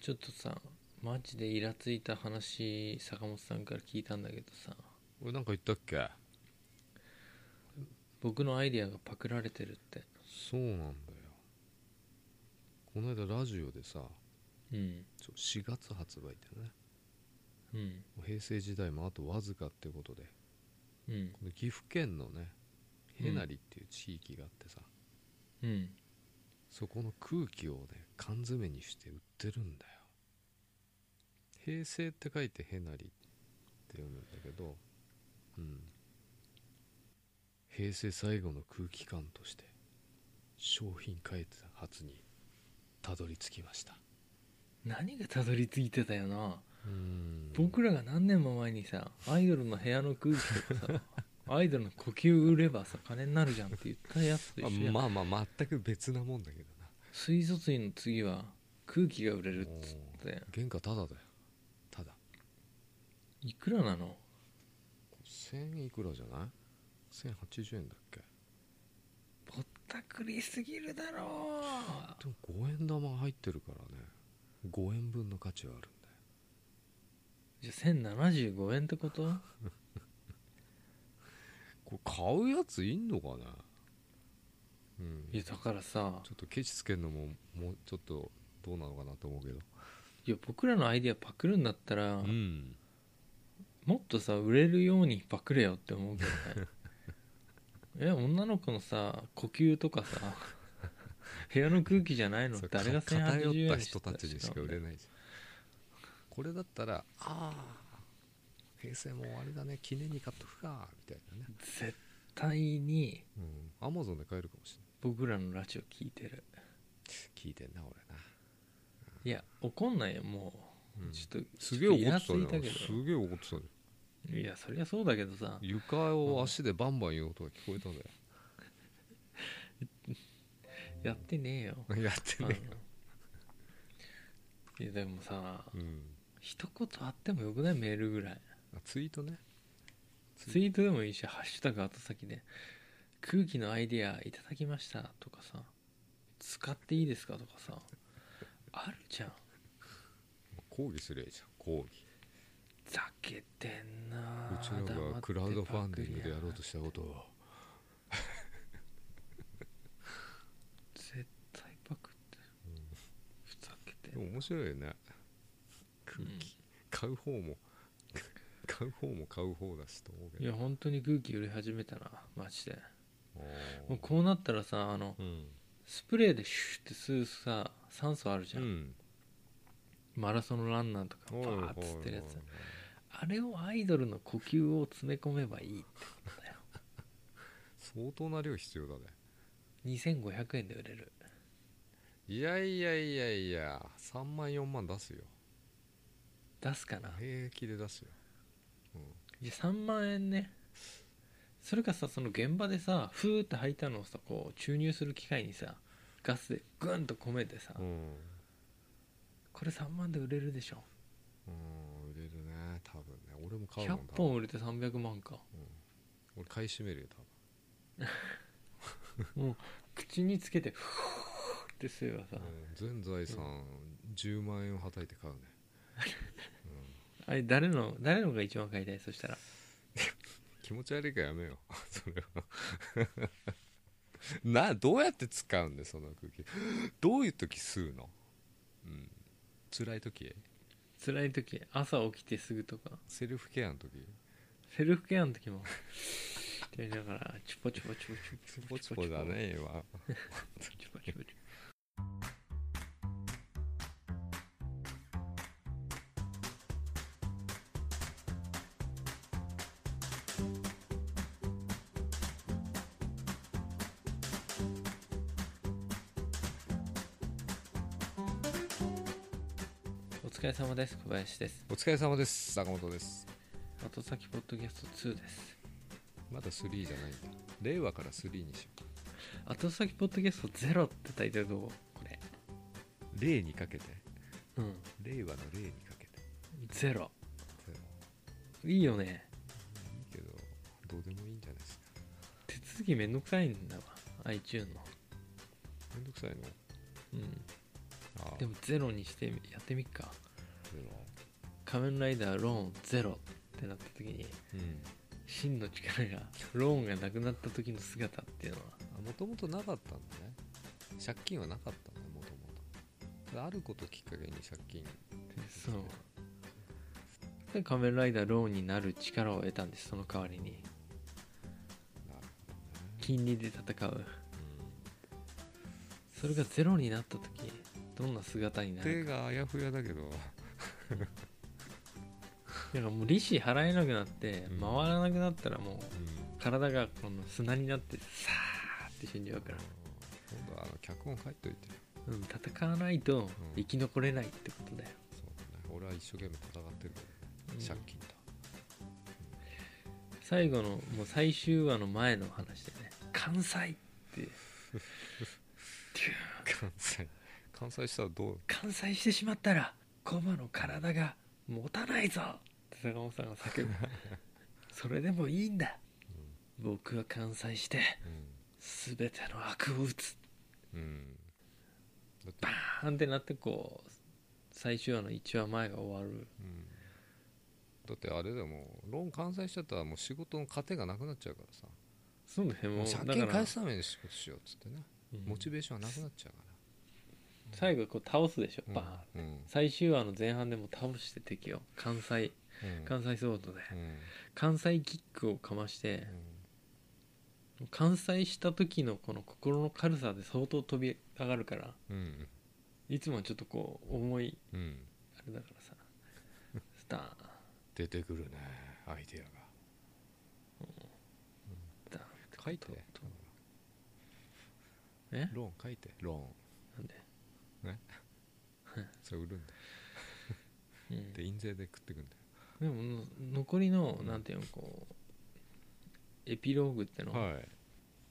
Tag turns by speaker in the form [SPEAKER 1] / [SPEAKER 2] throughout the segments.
[SPEAKER 1] ちょっとさマジでイラついた話坂本さんから聞いたんだけどさ
[SPEAKER 2] 俺なんか言ったっけ
[SPEAKER 1] 僕のアイデアがパクられてるって
[SPEAKER 2] そうなんだよこの間ラジオでさ
[SPEAKER 1] うん
[SPEAKER 2] ちょ4月発売だね
[SPEAKER 1] うん
[SPEAKER 2] もう平成時代もあとわずかってことで
[SPEAKER 1] うん
[SPEAKER 2] この岐阜県のねへなりっていう地域があってさ、
[SPEAKER 1] うん
[SPEAKER 2] そこの空気をね缶詰にして売ってるんだよ平成って書いてへなりって読むんだけどうん平成最後の空気感として商品開発にたどり着きました
[SPEAKER 1] 何がたどり着いてたよな
[SPEAKER 2] うん
[SPEAKER 1] 僕らが何年も前にさアイドルの部屋の空気とかさ アイドルの呼吸売ればさ金になるじゃんって言ったやつと一緒やん
[SPEAKER 2] まあまあまあ全く別なもんだけどな
[SPEAKER 1] 水素水の次は空気が売れるっつって
[SPEAKER 2] 原価ただだよただ
[SPEAKER 1] いくらなの
[SPEAKER 2] 1000いくらじゃない ?1080 円だっけ
[SPEAKER 1] ぼったくりすぎるだろう
[SPEAKER 2] でも5円玉入ってるからね5円分の価値はあるんだよ
[SPEAKER 1] じゃあ1075円ってこと
[SPEAKER 2] これ買うやついんのかねうん
[SPEAKER 1] い
[SPEAKER 2] ち
[SPEAKER 1] やだからさ
[SPEAKER 2] ょっとケチつけるのももうちょっとどうなのかなと思うけど
[SPEAKER 1] いや僕らのアイデアパクるんだったら、
[SPEAKER 2] うん
[SPEAKER 1] もっとさ売れるようにパクれよって思うけどね え女の子のさ呼吸とか さ部屋の空気じゃないのってあれが
[SPEAKER 2] そうか
[SPEAKER 1] 1080円
[SPEAKER 2] 偏った
[SPEAKER 1] に
[SPEAKER 2] 人たちにしか売れないじゃんこれだったらああ平成も終わりだね記念に買っとくかみたいなね
[SPEAKER 1] 絶対に
[SPEAKER 2] うんアマゾンで買えるかもしれない
[SPEAKER 1] 僕らのラジオ聞いてる
[SPEAKER 2] 聞いてんな俺ない
[SPEAKER 1] や怒んないよもう、
[SPEAKER 2] うん
[SPEAKER 1] ちょっと
[SPEAKER 2] すげえ怒
[SPEAKER 1] ちょ
[SPEAKER 2] っ
[SPEAKER 1] とイラつい
[SPEAKER 2] てたね
[SPEAKER 1] たけ
[SPEAKER 2] すげえ怒ってたね
[SPEAKER 1] どいやそりゃそうだけどさ
[SPEAKER 2] 床を足でバンバン言う音が聞こえたんだよ
[SPEAKER 1] やってねえよ
[SPEAKER 2] やって ね
[SPEAKER 1] あのいやでもさ
[SPEAKER 2] えようん
[SPEAKER 1] 一言あってもよくないメールぐらい
[SPEAKER 2] あツイートね
[SPEAKER 1] ツイートでもいいし「ハッシュタグ後先で空気のアイデアいただきました」とかさ「使っていいですか?」とかさあるじゃん
[SPEAKER 2] 抗議すりゃいいじゃん抗議
[SPEAKER 1] ざけてんな
[SPEAKER 2] うちのがクラウドファンディングでやろうと
[SPEAKER 1] し
[SPEAKER 2] したことを
[SPEAKER 1] 絶対パクってるふざけて
[SPEAKER 2] で
[SPEAKER 1] ん
[SPEAKER 2] も面白いよね空気、買う方も 買う方も買う方だしと思うけ
[SPEAKER 1] い
[SPEAKER 2] ど
[SPEAKER 1] や本当に空気売れ始めたなマジで
[SPEAKER 2] あー
[SPEAKER 1] もうこうなったらさあの
[SPEAKER 2] うん
[SPEAKER 1] スプレーでシュッて吸うさ酸素あるじ
[SPEAKER 2] う
[SPEAKER 1] ゃん、
[SPEAKER 2] ん
[SPEAKER 1] マラソンのランナーとかパーッ
[SPEAKER 2] おいおい
[SPEAKER 1] つ
[SPEAKER 2] おい
[SPEAKER 1] ってるやつあれをアイドルの呼吸を詰め込めばいいってことだよ
[SPEAKER 2] 相当な量必要だね
[SPEAKER 1] 2500円で売れる
[SPEAKER 2] いやいやいやいや3万4万出すよ
[SPEAKER 1] 出すかな
[SPEAKER 2] 平気で出すよ、うん、
[SPEAKER 1] いや3万円ねそれかさその現場でさふーって吐いたのをさこう注入する機械にさガスでグンと込めてさ、
[SPEAKER 2] うん、
[SPEAKER 1] これ3万で売れるでしょ
[SPEAKER 2] うん、売れるね多分ね俺も買うも
[SPEAKER 1] 100
[SPEAKER 2] ん多分
[SPEAKER 1] 本売れて300万か
[SPEAKER 2] 俺買い占めるよ多分
[SPEAKER 1] もう口につけてフーってすればさ、
[SPEAKER 2] うん全財産10万円をはたいて買うね、うん、
[SPEAKER 1] あれ誰の誰のが一番買いたいそしたら
[SPEAKER 2] 気持ち悪いからやめよう それは などうやって使うんだよその空気どういう時吸うのうん辛い時
[SPEAKER 1] 辛い時朝起きてすぐとか
[SPEAKER 2] セルフケアの時
[SPEAKER 1] セルフケアの時もってやりながらチュポチュポチュポチ
[SPEAKER 2] ツ
[SPEAKER 1] ュポ
[SPEAKER 2] ポ
[SPEAKER 1] チ
[SPEAKER 2] ツ
[SPEAKER 1] ュポ
[SPEAKER 2] ポ
[SPEAKER 1] チュポ
[SPEAKER 2] だね今
[SPEAKER 1] チュポチュポチュポお疲れ様です小林です
[SPEAKER 2] お疲れ様です坂本です
[SPEAKER 1] 後先ポッドキャスト2です
[SPEAKER 2] まだ3じゃないんだ令和から3にしよ
[SPEAKER 1] 後先ポッドキャスト0ってタイトルどうこれ
[SPEAKER 2] う令にかけて
[SPEAKER 1] うん
[SPEAKER 2] 令和の令にかけて
[SPEAKER 1] ゼロ
[SPEAKER 2] ゼロ
[SPEAKER 1] いいよね
[SPEAKER 2] いいけどどうでもいいんじゃないですか
[SPEAKER 1] 手続きめんどくさいんだわ iTune の
[SPEAKER 2] めんどくさいの
[SPEAKER 1] うん
[SPEAKER 2] ああ
[SPEAKER 1] でもゼロにしてみやってみっか
[SPEAKER 2] ゼロ
[SPEAKER 1] 仮面ライダーローンゼロってなった時に
[SPEAKER 2] うん
[SPEAKER 1] 真の力がローンがなくなった時の姿っていうのは
[SPEAKER 2] もともとなかったんだね借金はなかったんだもともとあることをきっかけに借金
[SPEAKER 1] そうで仮面ライダーローンになる力を得たんですその代わりに
[SPEAKER 2] なる
[SPEAKER 1] 金利で戦う
[SPEAKER 2] ほどね、
[SPEAKER 1] それがゼロになった時どんな姿に
[SPEAKER 2] う、
[SPEAKER 1] なんる
[SPEAKER 2] 手
[SPEAKER 1] か
[SPEAKER 2] があやふやだけど
[SPEAKER 1] だからもう利子払えなくなって
[SPEAKER 2] うん
[SPEAKER 1] 回らなくなったらもう
[SPEAKER 2] うん
[SPEAKER 1] 体がこの砂になってさーって死んじゃうから、
[SPEAKER 2] 今度はあの脚本書いといて
[SPEAKER 1] うん、戦わないと
[SPEAKER 2] うん
[SPEAKER 1] 生き残れないってことだよ、
[SPEAKER 2] そうだね俺は一生懸命戦ってるけど、
[SPEAKER 1] うん
[SPEAKER 2] 借金だ
[SPEAKER 1] 最後のもう最終話の前の話でね関西って
[SPEAKER 2] 関西関西したらどう
[SPEAKER 1] 完済してしまったらコバの体が持たないぞって坂本さんが叫 ぶそれでもいいんだ僕は完済して全ての悪を打つ
[SPEAKER 2] うん、うん、だって
[SPEAKER 1] バーンってなってこう最終話の1話前が終わる
[SPEAKER 2] うんだってあれだよもうローン完済しちゃったらもう仕事の糧がなくなっちゃうからさ
[SPEAKER 1] そうだよ
[SPEAKER 2] も
[SPEAKER 1] も
[SPEAKER 2] う
[SPEAKER 1] う
[SPEAKER 2] 借
[SPEAKER 1] だ
[SPEAKER 2] 金
[SPEAKER 1] から
[SPEAKER 2] 返すために仕事しようっつってね、
[SPEAKER 1] うん
[SPEAKER 2] モチベーションはなくなっちゃうか
[SPEAKER 1] 最後こう倒すでしょ、
[SPEAKER 2] ら
[SPEAKER 1] バーン
[SPEAKER 2] うんうん
[SPEAKER 1] 最終話の前半でも倒して敵を関西
[SPEAKER 2] うん
[SPEAKER 1] 関西ソードで
[SPEAKER 2] うんうん
[SPEAKER 1] 関西キックをかまして関西した時のこの心の軽さで相当飛び上がるから
[SPEAKER 2] うん
[SPEAKER 1] いつもはちょっとこう重い
[SPEAKER 2] うん
[SPEAKER 1] あれだから さスターン
[SPEAKER 2] 出てくるねアイデアが
[SPEAKER 1] ダン
[SPEAKER 2] 書いて
[SPEAKER 1] とえ
[SPEAKER 2] ローン書いてローン
[SPEAKER 1] なんで、
[SPEAKER 2] それ売るんだ
[SPEAKER 1] うん、
[SPEAKER 2] で
[SPEAKER 1] で
[SPEAKER 2] 印税で食ってくんだよ
[SPEAKER 1] もの残りのなんていうのこうエピローグっての、
[SPEAKER 2] はい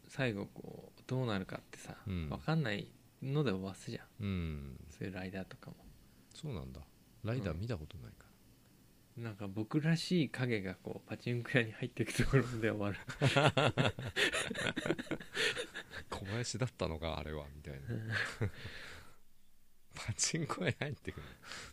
[SPEAKER 1] 最後こうどうなるかってさ、
[SPEAKER 2] うん
[SPEAKER 1] わかんないので終わすじゃん
[SPEAKER 2] うん
[SPEAKER 1] そういうライダーとかも
[SPEAKER 2] そうなんだライダー
[SPEAKER 1] うん
[SPEAKER 2] 見たことないか
[SPEAKER 1] なんか僕らしい影がこうパチンコ屋に入っていくところで終わ る
[SPEAKER 2] ら、小林だったのかあれはみたいなパチンコ屋に入ってくる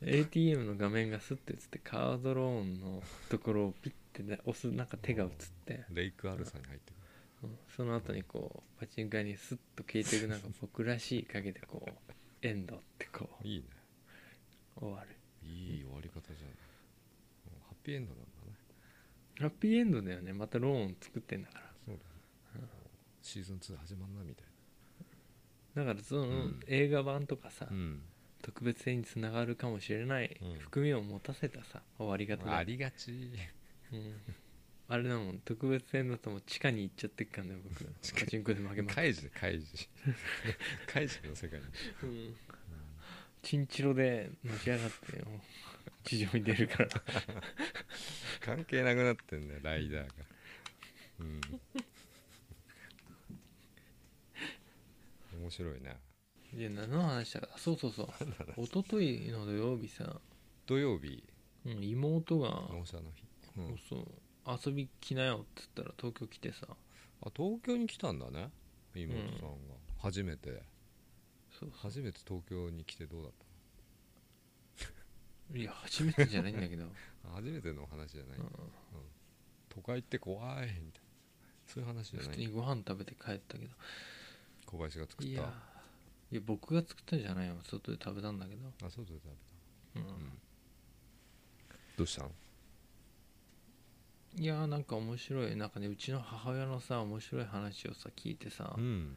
[SPEAKER 1] ATM の画面がスッて映ってカードローンのところをピッてね押すなんか手が映って、
[SPEAKER 2] レイクアルサに入ってくる
[SPEAKER 1] うんその後にこうパチンコ屋にスッと消え ていくなんか僕らしい影でこうエンドってこう
[SPEAKER 2] いいね
[SPEAKER 1] 終わる
[SPEAKER 2] いい終わり方じゃないもうハッピーエンドなんだね
[SPEAKER 1] ハッピーエンドだよねまたローン作ってんだから
[SPEAKER 2] そうだねシーズン2始まんなみたい
[SPEAKER 1] だからその
[SPEAKER 2] うん
[SPEAKER 1] 映画版とかさ、
[SPEAKER 2] なうん
[SPEAKER 1] 特別編につながるかもしれない
[SPEAKER 2] うん
[SPEAKER 1] 含みを持たせたさ終わり方
[SPEAKER 2] あ
[SPEAKER 1] だよ、
[SPEAKER 2] りがち
[SPEAKER 1] うん、あれだもん特別編だともう地下に行っちゃってっからね僕パチンコで負けまく
[SPEAKER 2] カイジ カイジカイジの世界に
[SPEAKER 1] うんチンチロでのし上がってもう地上に出る から
[SPEAKER 2] 関係なくなってんだよライダーがうん面白いない
[SPEAKER 1] や何の話したかそうそうそう一昨日の土曜日さ、
[SPEAKER 2] 土曜日
[SPEAKER 1] うん、妹が
[SPEAKER 2] 納車の日、う
[SPEAKER 1] 「
[SPEAKER 2] ん、
[SPEAKER 1] そう遊び来なよ」っつったら東京来てさ
[SPEAKER 2] あ東京に来たんだね妹さんが、初めて
[SPEAKER 1] そう
[SPEAKER 2] 初めて東京に来てどうだっ
[SPEAKER 1] いや初めてじゃないんだ けど、
[SPEAKER 2] たの初めてのお話じゃない、
[SPEAKER 1] うん
[SPEAKER 2] 都会って怖いみたいなそういう話じゃ
[SPEAKER 1] 普
[SPEAKER 2] な
[SPEAKER 1] 通に
[SPEAKER 2] い
[SPEAKER 1] ご飯食べて帰ったけど
[SPEAKER 2] 小林が作
[SPEAKER 1] い
[SPEAKER 2] った
[SPEAKER 1] やいや僕が作ったんじゃないよ外で食べたんだけど、
[SPEAKER 2] あ外で食べ
[SPEAKER 1] う
[SPEAKER 2] た、うん
[SPEAKER 1] ん、
[SPEAKER 2] どうしたの
[SPEAKER 1] いやなんか面白いなんかねうちの母親のさ面白い話をさ聞いてさ、
[SPEAKER 2] うん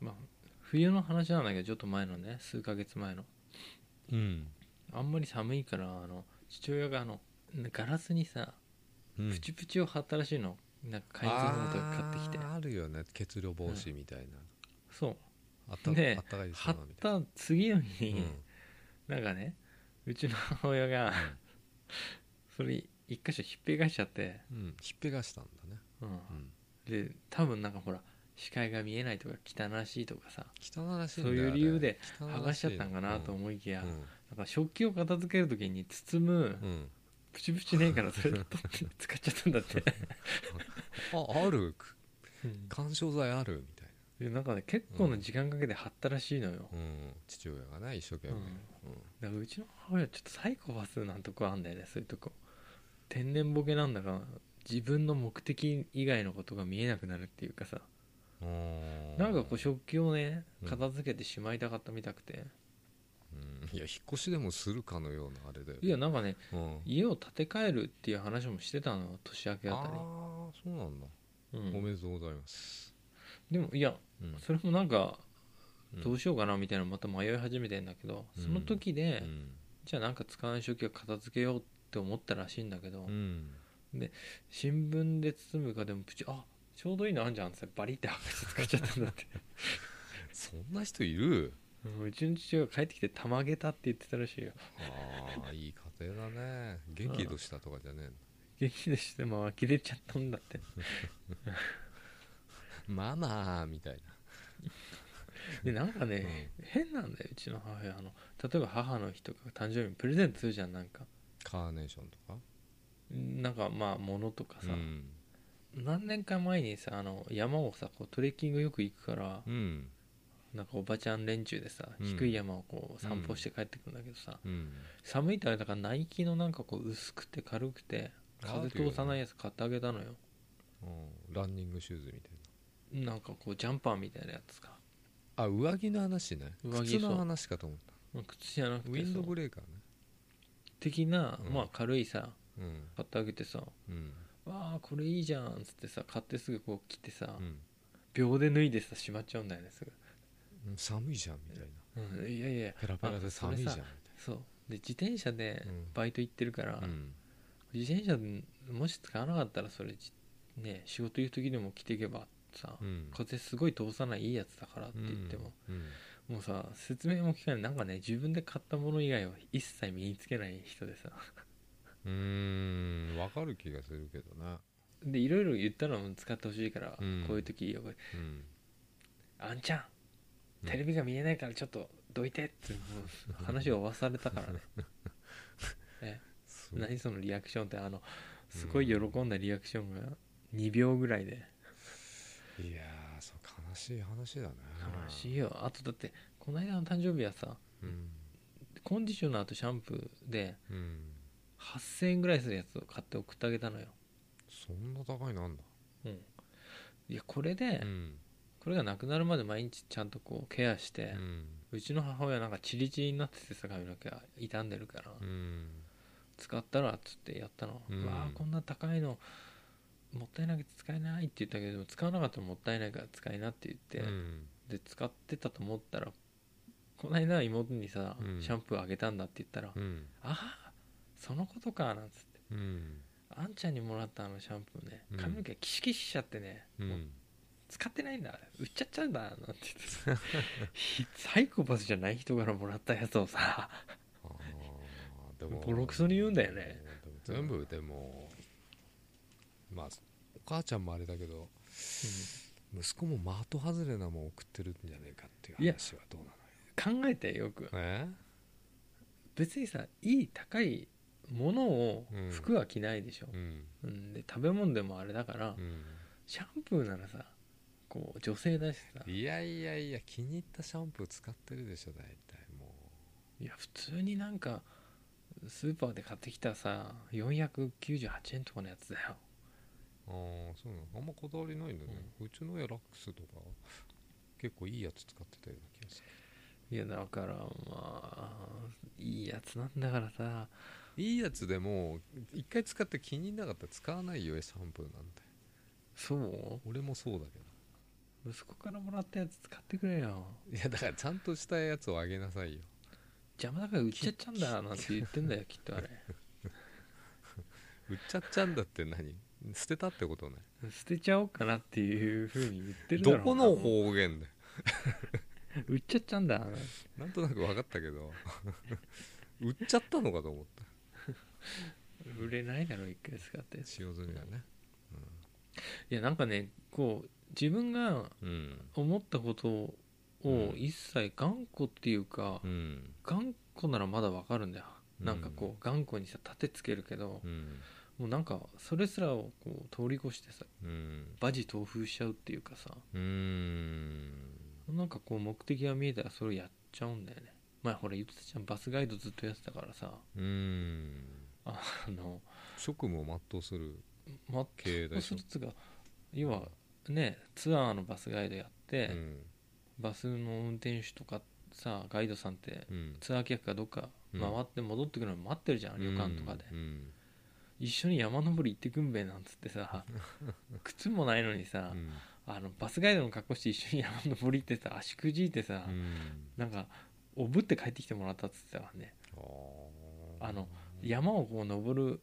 [SPEAKER 1] まあ、冬の話なんだけどちょっと前のね数ヶ月前の
[SPEAKER 2] うん、
[SPEAKER 1] あんまり寒いからあの父親があのガラスにさ
[SPEAKER 2] うん、
[SPEAKER 1] プチプチを貼ったらしいのなんか海水のとか買ってきて
[SPEAKER 2] あーあるよね血量防止みたいな、
[SPEAKER 1] そ
[SPEAKER 2] あった
[SPEAKER 1] ねえ
[SPEAKER 2] あったかいうです
[SPEAKER 1] 貼
[SPEAKER 2] よ
[SPEAKER 1] っ
[SPEAKER 2] みたい
[SPEAKER 1] た次の
[SPEAKER 2] な、
[SPEAKER 1] 日、なんかねうちの母親がそれ一箇所ひっぺがしちゃって、
[SPEAKER 2] うんうん、ひっぺがしたんだね、
[SPEAKER 1] うん
[SPEAKER 2] うん、
[SPEAKER 1] で多分なんかほら視界が見えないとか汚らしいとかさ
[SPEAKER 2] 汚らしいん
[SPEAKER 1] そう
[SPEAKER 2] だ
[SPEAKER 1] い
[SPEAKER 2] よ
[SPEAKER 1] う理由で
[SPEAKER 2] あれ
[SPEAKER 1] 剥がしちゃったんかなと思いきや、
[SPEAKER 2] うん
[SPEAKER 1] なんか食器を片付ける時に包む
[SPEAKER 2] うんうん
[SPEAKER 1] プチプチねえからそれ取って使っちゃったんだって、
[SPEAKER 2] ああるく緩衝材あるみたい
[SPEAKER 1] でなんかね結構な時間かけて貼ったらしいのよ、
[SPEAKER 2] うん、父親がね一生懸命、
[SPEAKER 1] う
[SPEAKER 2] うんん
[SPEAKER 1] だからうちの母親ちょっとサイコパスなんとこあんだよねそういうとこ天然ボケなんだが自分の目的以外のことが見えなくなるっていうかさ
[SPEAKER 2] うん
[SPEAKER 1] なんかこう食器をね
[SPEAKER 2] うん
[SPEAKER 1] 片付けてしまいたかったみたくて、
[SPEAKER 2] うんいや引っ越しでもするかのようなあれだよね
[SPEAKER 1] いやなんかね
[SPEAKER 2] うん
[SPEAKER 1] 家を建て替えるっていう話もしてたの年明けあ
[SPEAKER 2] ああ
[SPEAKER 1] た
[SPEAKER 2] ーそうなんだ、
[SPEAKER 1] り、う
[SPEAKER 2] お
[SPEAKER 1] ん、
[SPEAKER 2] めでとうございます、
[SPEAKER 1] でもいや
[SPEAKER 2] うん
[SPEAKER 1] それもなんか
[SPEAKER 2] うん
[SPEAKER 1] どうしようかなみたいなのまた迷い始めてんだけど、
[SPEAKER 2] うん
[SPEAKER 1] その時
[SPEAKER 2] う
[SPEAKER 1] で、
[SPEAKER 2] ん
[SPEAKER 1] じゃあなんか使わない食器を片付けようって思ったらしいんだけど、
[SPEAKER 2] うん
[SPEAKER 1] 新聞で包むかでもプチあちょうどいいのあんじゃんっつってバリって剥がして使っちゃったんだって
[SPEAKER 2] そんな人いる
[SPEAKER 1] うんうちの父親が帰ってきて「たまげた」って言ってたらしいよ
[SPEAKER 2] ああいい家庭だね激怒したとかじゃね
[SPEAKER 1] 激怒してまあ呆れちゃったんだって
[SPEAKER 2] えのママーみたいな
[SPEAKER 1] でなんかね、変なんだようちの母親あの例えば母の日とか誕生日にプレゼントするじゃんなんか
[SPEAKER 2] カーネーションとか
[SPEAKER 1] なんかまあ物とかさ、
[SPEAKER 2] うん、
[SPEAKER 1] 何年か前にさあの山をさこうトレッキングよく行くから、
[SPEAKER 2] うん
[SPEAKER 1] なんかおばちゃん連中でさ、
[SPEAKER 2] うん
[SPEAKER 1] 低い山をこう散歩して帰ってくるんだけどさ、
[SPEAKER 2] うん、
[SPEAKER 1] 寒いってあれだからナイキのなんかこう薄くて軽くて風通さないやつ買ってあげたのよ
[SPEAKER 2] うんランニングシューズみたい
[SPEAKER 1] なんかこうジャンパーみたいなやつか
[SPEAKER 2] なあ上着の話ね
[SPEAKER 1] 上着
[SPEAKER 2] 靴の話かと思った
[SPEAKER 1] 靴じゃなく
[SPEAKER 2] ウ
[SPEAKER 1] て
[SPEAKER 2] ィンドブ
[SPEAKER 1] そう
[SPEAKER 2] レーカーね
[SPEAKER 1] 的な、
[SPEAKER 2] うん
[SPEAKER 1] まあ軽いさ
[SPEAKER 2] うん
[SPEAKER 1] 買ってあげてさ
[SPEAKER 2] うん
[SPEAKER 1] 「わあこれいいじゃん」っつってさ買ってすぐこう着てさ、
[SPEAKER 2] うん
[SPEAKER 1] 秒で脱いでさしまっちゃうんだよねすぐ、
[SPEAKER 2] うん寒いじゃんみたいな
[SPEAKER 1] うん、いやいや
[SPEAKER 2] ペラペラで寒いじゃんみたい
[SPEAKER 1] そうで自転車で
[SPEAKER 2] うん
[SPEAKER 1] バイト行ってるから、
[SPEAKER 2] なうん
[SPEAKER 1] 自転車もし使わなかったらそれじね仕事行く時でも着ていけばさ、
[SPEAKER 2] うん
[SPEAKER 1] 風すごい通さないいいやつだからって言っても、
[SPEAKER 2] うん
[SPEAKER 1] もうさ説明も聞かないなんかね自分で買ったもの以外は一切身につけない人でさ
[SPEAKER 2] うーんわかる気がするけどな
[SPEAKER 1] でいろいろ言ったのも使ってほしいから、
[SPEAKER 2] うん
[SPEAKER 1] こういう時いいよこれ
[SPEAKER 2] うん
[SPEAKER 1] あんちゃん
[SPEAKER 2] うん
[SPEAKER 1] テレビが見えないからちょっとどいてってもう話を終わされたからねえ
[SPEAKER 2] そう
[SPEAKER 1] 何そのリアクションってあのすごい喜んだリアクションが2秒ぐらいで
[SPEAKER 2] いやーそう悲しい話だね
[SPEAKER 1] 悲しいよあとだってこの間の誕生日はさ
[SPEAKER 2] うん
[SPEAKER 1] コンディショナーとシャンプーで
[SPEAKER 2] うん
[SPEAKER 1] 8000円ぐらいするやつを買って送ってあげたのよ、
[SPEAKER 2] そんな高いなんだ
[SPEAKER 1] うん、いやこれで、
[SPEAKER 2] うん
[SPEAKER 1] これがなくなるまで毎日ちゃんとこうケアして
[SPEAKER 2] う、ん
[SPEAKER 1] うちの母親なんかチリチリになっててさ髪の毛が傷んでるから、
[SPEAKER 2] うん
[SPEAKER 1] 使ったらっつってやったの、
[SPEAKER 2] うん
[SPEAKER 1] わあこんな高いのもったいなくて使えないって言ったけどでも使わなかったらもったいないから使いなって言って、
[SPEAKER 2] うん
[SPEAKER 1] で使ってたと思ったらこの間妹にさ、
[SPEAKER 2] うん
[SPEAKER 1] シャンプーあげたんだって言ったら、
[SPEAKER 2] うん
[SPEAKER 1] ああそのことかなんつって
[SPEAKER 2] うん
[SPEAKER 1] あんちゃんにもらったあのシャンプーね
[SPEAKER 2] うん
[SPEAKER 1] 髪の毛がキシキシしちゃってね、
[SPEAKER 2] う
[SPEAKER 1] もうん使ってないんだあれ売っちゃっちゃうんだなんて言って ひサイコパスじゃない人からもらったやつをさ
[SPEAKER 2] あーでも
[SPEAKER 1] ボロクソに言うんだよね
[SPEAKER 2] でも全部でもまあお母ちゃんもあれだけど息子も的外れなもん送ってるんじゃねえかっていう
[SPEAKER 1] いや
[SPEAKER 2] 話はどうなのよ
[SPEAKER 1] 考えてよく
[SPEAKER 2] え
[SPEAKER 1] 別にさいい高いものを
[SPEAKER 2] うん
[SPEAKER 1] 服は着ないでしょ、
[SPEAKER 2] うん
[SPEAKER 1] うん、で食べ物でもあれだから、
[SPEAKER 2] うん
[SPEAKER 1] シャンプーならさこう女性だしさ
[SPEAKER 2] いやいやいや気に入ったシャンプー使ってるでしょ大体も
[SPEAKER 1] いや普通になんかスーパーで買ってきたさ498円とかのやつだよ
[SPEAKER 2] うああそうなのあんまこだわりないんだね、うちのエラックスとか結構いいやつ使ってたような気がす
[SPEAKER 1] いやだからまあいいやつなんだからさ
[SPEAKER 2] るいいやつでも一回使って気に入んなかったら使わないよシャンプーなんて
[SPEAKER 1] そう
[SPEAKER 2] 俺もそうだけど
[SPEAKER 1] 息子からもらったやつ使ってくれよ
[SPEAKER 2] いやだからちゃんとしたやつをあげなさいよ
[SPEAKER 1] 邪魔だから売っちゃっちゃうんだなんて言ってんだよきっとあれ
[SPEAKER 2] 売っちゃっちゃうんだって何捨てたってことね
[SPEAKER 1] 捨てちゃおうかなっていうふうに言ってるだろ
[SPEAKER 2] ど
[SPEAKER 1] うな
[SPEAKER 2] この方言だよ
[SPEAKER 1] 売っちゃっちゃうんだ
[SPEAKER 2] なんとなく分かったけど 売っちゃったのかと思った
[SPEAKER 1] 売れないだろ一回使って
[SPEAKER 2] 使用済みがね
[SPEAKER 1] いやなんかねこう自分が
[SPEAKER 2] うん
[SPEAKER 1] 思ったことを
[SPEAKER 2] うん
[SPEAKER 1] 一切頑固っていうか、
[SPEAKER 2] うん
[SPEAKER 1] 頑固ならまだわかるんだよ
[SPEAKER 2] うん
[SPEAKER 1] なんかこう頑固にさ立てつけるけど、
[SPEAKER 2] うん
[SPEAKER 1] もうなんかそれすらをこう通り越してさ
[SPEAKER 2] うん
[SPEAKER 1] バジ豆腐しちゃうっていうかさ
[SPEAKER 2] うーん
[SPEAKER 1] なんかこう目的が見えたらそれをやっちゃうんだよね前ほら言ってたじゃんバスガイドずっとやってたからさ
[SPEAKER 2] うーん
[SPEAKER 1] あの
[SPEAKER 2] 職務を全うする
[SPEAKER 1] マッ
[SPEAKER 2] 経営
[SPEAKER 1] ト
[SPEAKER 2] でし
[SPEAKER 1] ス
[SPEAKER 2] ょ
[SPEAKER 1] ルツが要はねツアーのバスガイドやって、
[SPEAKER 2] うん
[SPEAKER 1] バスの運転手とかさガイドさんって
[SPEAKER 2] うん
[SPEAKER 1] ツアー客がどっか
[SPEAKER 2] うん
[SPEAKER 1] 回って戻ってくるの待ってるじゃん、旅館とかで、
[SPEAKER 2] うん
[SPEAKER 1] 一緒に山登り行ってくんべなんつって さ靴もないのにさ、
[SPEAKER 2] うん
[SPEAKER 1] あのバスガイドの格好して一緒に山登り行ってさ足くじいてさ、
[SPEAKER 2] うん
[SPEAKER 1] なんかおぶって帰ってきてもらったっつってたからね
[SPEAKER 2] あー
[SPEAKER 1] あの山をこう登る